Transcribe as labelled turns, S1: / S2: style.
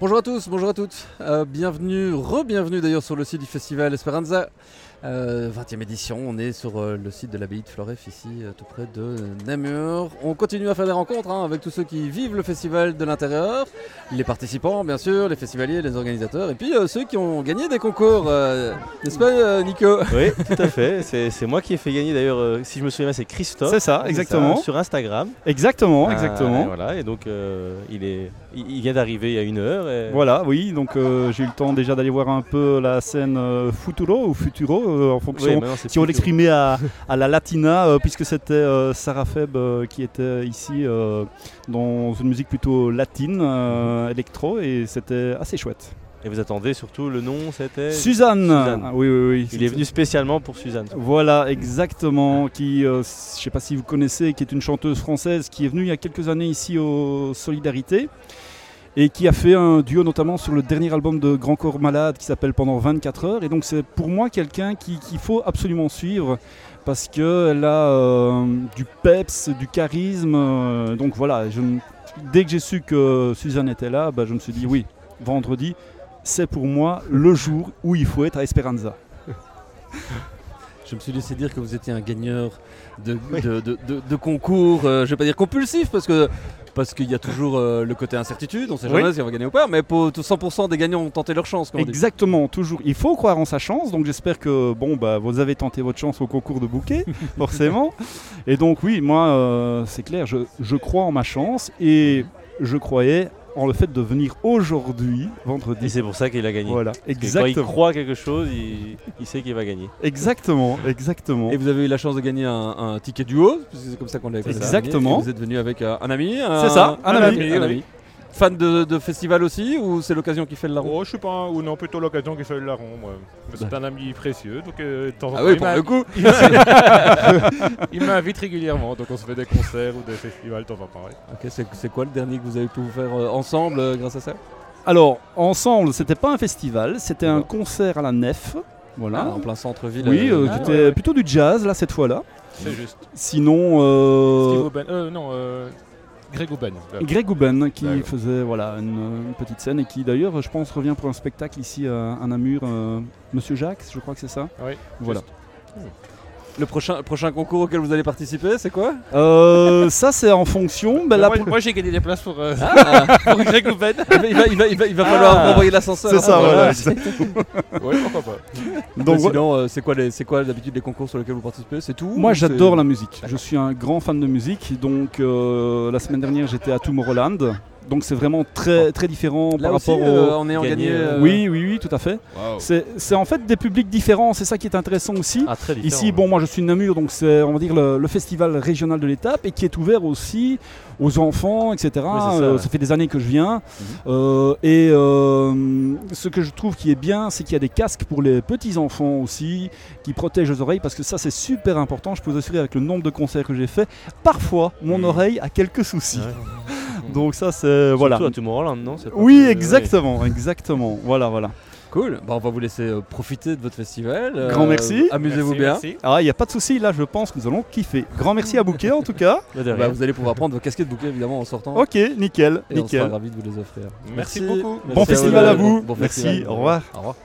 S1: Bonjour à tous, bonjour à toutes. Euh, bienvenue, re-bienvenue d'ailleurs sur le site du festival Esperanza. Euh, 20e édition, on est sur euh, le site de l'abbaye de Floref, ici euh, tout près de Namur. On continue à faire des rencontres hein, avec tous ceux qui vivent le festival de l'intérieur, les participants bien sûr, les festivaliers, les organisateurs, et puis euh, ceux qui ont gagné des concours, euh, n'est-ce pas euh, Nico
S2: Oui, tout à fait. C'est c'est moi qui ai fait gagner d'ailleurs, euh, si je me souviens bien, c'est Christophe.
S3: C'est ça,
S2: Hein Ah, C'est
S3: exactement.
S2: ça, Sur Instagram.
S3: Exactement,
S2: Ah,
S3: exactement.
S2: voilà, et donc euh, il, est, il il vient d'arriver il y a une heure. et-
S3: Voilà, oui, donc euh, j'ai eu le temps déjà d'aller voir un peu la scène euh, Futuro ou Futuro, euh, en
S2: Oui,
S3: fonction,
S2: maintenant, c'est
S3: si on
S2: plus-
S3: l'exprimait à, à la latina, euh, puisque c'était euh, Sarah Feb euh, qui était ici euh, dans une musique plutôt latine, euh, électro, et c'était assez chouette.
S2: Et vous attendez surtout le nom, c'était.
S3: Suzanne,
S2: Suzanne.
S3: Ah, Oui, oui, oui.
S2: Il est venu spécialement pour Suzanne.
S3: Voilà, exactement. Qui, euh, s- je sais pas si vous connaissez, qui est une chanteuse française qui est venue il y a quelques années ici au Solidarité et qui a fait un duo notamment sur le dernier album de Grand Corps Malade qui s'appelle Pendant 24 heures. Et donc c'est pour moi quelqu'un qui- qu'il faut absolument suivre parce qu'elle a euh, du peps, du charisme. euh, donc voilà, je me- dès que j'ai su que Suzanne était là, bah, je me suis dit oui, vendredi. C'est pour moi le jour où il faut être à Esperanza.
S1: Je me suis laissé dire que vous étiez un gagneur de, de, de- de- de concours, euh, je vais pas dire compulsif, parce que parce qu'il y a toujours euh, le côté incertitude, on sait
S3: Oui.
S1: jamais si on va gagner ou pas, mais pour tout 100% des gagnants ont tenté leur chance. Comme on dit.
S3: Exactement, toujours. Il faut croire en sa chance, donc j'espère que bon, bah, vous avez tenté votre chance au concours de bouquet, forcément. Et donc oui, moi, euh, c'est clair, je, je crois en ma chance et je croyais en le fait de venir aujourd'hui,
S2: Et
S3: vendredi.
S2: c'est pour ça qu'il a gagné.
S3: Voilà,
S2: Parce que Quand il
S3: exactement,
S2: croit quelque chose, il, il sait qu'il va gagner.
S3: exactement, exactement.
S1: Et vous avez eu la chance de gagner un, un ticket duo, puisque c'est comme ça qu'on l'a appelé ça.
S3: Exactement.
S1: Et Vous êtes venu avec euh, un ami
S3: C'est ça, un ami,
S1: un Fan de, de festival aussi, ou c'est l'occasion qui fait le larron
S4: Oh, je sais pas, un- ou non, plutôt l'occasion qu'il fait le larron, moi. Mais C'est un ami précieux, donc euh, de temps
S3: Oh,
S1: Bah. Ah
S4: en temps,
S1: oui,
S4: il
S1: pour
S3: bah,
S4: m'a-
S1: le coup
S4: il m'a- il m'invite régulièrement, donc on se fait des concerts ou des festivals de temps en temps. ouais.
S1: Ok, c'est- C'est quoi le dernier que vous avez pu vous faire euh, ensemble euh, grâce à ça
S3: Alors, ensemble, c'était pas un festival, c'était un concert à la nef. Voilà.
S2: Ah,
S1: En plein centre-ville.
S3: oui,
S1: euh,
S3: euh,
S4: Ah,
S3: c'était
S4: ouais, ouais.
S3: plutôt du jazz là cette fois-là.
S1: Mm.
S4: C'est juste.
S3: Sinon, euh,
S4: Steve Aubaine- euh, non, euh, Greg Aubaine.
S3: Greg Houben qui
S4: D'accord.
S3: faisait voilà, une, une petite scène et qui d'ailleurs je pense revient pour un spectacle ici à, à Namur, euh, Monsieur Jacques je crois que c'est ça.
S4: Oui,
S3: voilà.
S1: Le prochain, prochain concours auquel vous allez participer, c'est quoi
S3: Euh, ça c'est en fonction, ben, là,
S4: moi,
S3: pour-
S4: moi, j'ai gagné des places pour, euh,
S1: Ah,
S4: pour Greg Ben. Aubaine.
S1: il, va, il va- il va- il va- il va falloir
S3: Ah.
S1: envoyer l'ascenseur.
S3: C'est
S1: hein,
S3: ça, voilà.
S4: ouais, pourquoi pas.
S1: Mais
S3: donc, voilà.
S1: sinon, euh, c'est quoi, les- c'est quoi d'habitude les concours sur lesquels vous participez C'est tout
S3: moi
S1: ou c'est-
S3: j'adore la musique, je suis un grand fan de musique donc euh, la semaine dernière j'étais à Tomorrowland donc c'est vraiment très très différent
S1: Là
S3: par
S1: aussi,
S3: rapport
S1: euh,
S3: au...
S1: en ayant
S2: gagner,
S1: gagné.
S2: euh,
S1: euh,
S3: Oui oui oui tout à fait.
S4: Waouh.
S3: C'est c'est en fait des publics différents, c'est ça qui est intéressant aussi.
S2: Ah, très différent.
S3: Ici, bon, moi je suis de Namur, donc c'est on va dire le, le festival régional de l'étape et qui est ouvert aussi aux enfants, etc.
S2: Oui, c'est ça,
S3: Euh,
S2: ouais. Mhm.
S3: fait des années que je viens. Euh, et euh, ce que je trouve qui est bien, c'est qu'il y a des casques pour les petits enfants aussi, qui protègent les oreilles, parce que ça c'est super important. Je peux vous assurer avec le nombre de concerts que j'ai fait, parfois mon
S2: Mhm.
S3: oreille a quelques soucis.
S2: Mhm.
S3: Donc ça c'est voilà.
S2: Surtout à Tomorrowland, non c'est pas
S3: Oui,
S2: que-
S3: exactement, exactement. Voilà, voilà.
S1: Cool. Bah, on va vous laisser euh, profiter de votre festival. Euh,
S3: Grand merci.
S1: Amusez-vous
S4: Merci,
S1: bien.
S4: merci.
S3: Ah, il n'y a pas de souci. Là, je pense que nous allons kiffer. Grand merci à Bouquet en tout cas.
S2: Là, derrière.
S1: Bah, vous allez pouvoir prendre vos casquettes bouquets évidemment en sortant.
S3: Ok, nickel,
S1: Et on
S3: nickel.
S1: sera ravis de vous les offrir.
S4: Merci beaucoup.
S3: Bon festival à vous.
S1: Bon
S3: Merci,
S1: festival.
S3: au revoir.
S1: Au revoir.